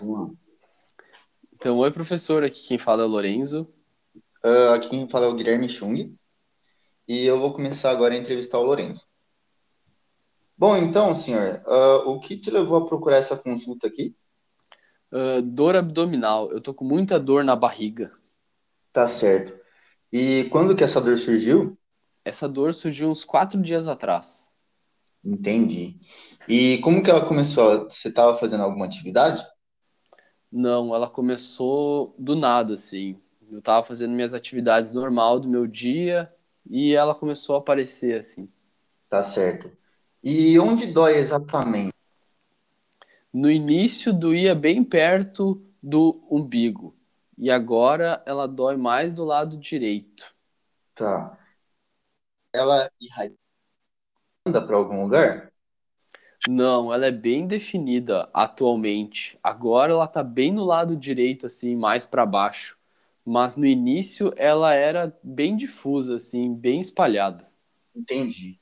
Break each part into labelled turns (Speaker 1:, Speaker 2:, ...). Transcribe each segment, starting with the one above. Speaker 1: Vamos lá.
Speaker 2: Então, oi, professor. Aqui quem fala é o Lorenzo.
Speaker 3: Ah, aqui quem fala é o Guilherme Chung. E eu vou começar agora a entrevistar o Lorenzo. Bom, então, senhor, ah, o que te levou a procurar essa consulta aqui?
Speaker 2: Ah, dor abdominal. Eu tô com muita dor na barriga.
Speaker 3: Tá certo. E quando que essa dor surgiu?
Speaker 2: Essa dor surgiu uns quatro dias atrás.
Speaker 3: Entendi. E como que ela começou? Você estava fazendo alguma atividade?
Speaker 2: Não, ela começou do nada, assim. Eu tava fazendo minhas atividades normal do meu dia e ela começou a aparecer, assim.
Speaker 3: Tá certo. E onde dói exatamente?
Speaker 2: No início doía bem perto do umbigo e agora ela dói mais do lado direito.
Speaker 3: Tá. Ela irradia anda para algum lugar?
Speaker 2: Não, ela é bem definida atualmente. Agora ela tá bem no lado direito, assim, mais para baixo. Mas no início ela era bem difusa, assim, bem espalhada.
Speaker 3: Entendi.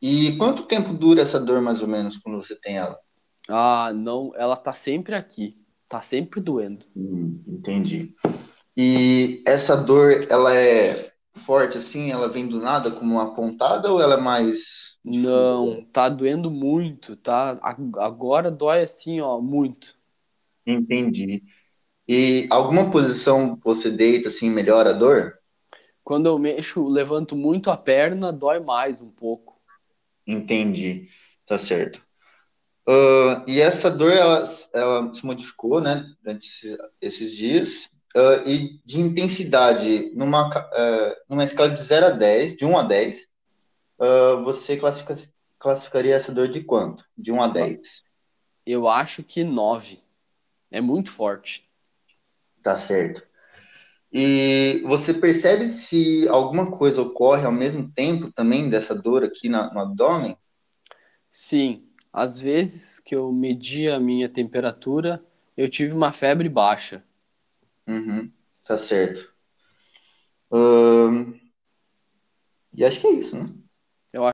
Speaker 3: E quanto tempo dura essa dor, mais ou menos, quando você tem ela?
Speaker 2: Ah, não, ela tá sempre aqui. Tá sempre doendo.
Speaker 3: Hum, entendi. E essa dor, ela é forte assim? Ela vem do nada como uma pontada ou ela é mais. difusa?
Speaker 2: Não, tá doendo muito, tá? A- Agora dói assim, ó, muito.
Speaker 3: Entendi. E alguma posição você deita assim melhora a dor?
Speaker 2: Quando eu mexo, levanto muito a perna, dói mais um pouco.
Speaker 3: Entendi. Tá certo. Ah, e essa dor, ela, ela se modificou, né, durante esse- esses dias. Ah, e de intensidade, numa, ca- ah, numa escala de 0 a 10, de 1 a 10, ah, você classifica, classificaria essa dor de quanto? De 1 a 10.
Speaker 2: Eu acho que nove. É muito forte.
Speaker 3: Tá certo. E você percebe se alguma coisa ocorre ao mesmo tempo também dessa dor aqui na- no abdômen?
Speaker 2: Sim, às vezes que eu medi a minha temperatura, eu tive uma febre baixa.
Speaker 3: Uhum, tá certo. Ahn, e acho que é isso, né?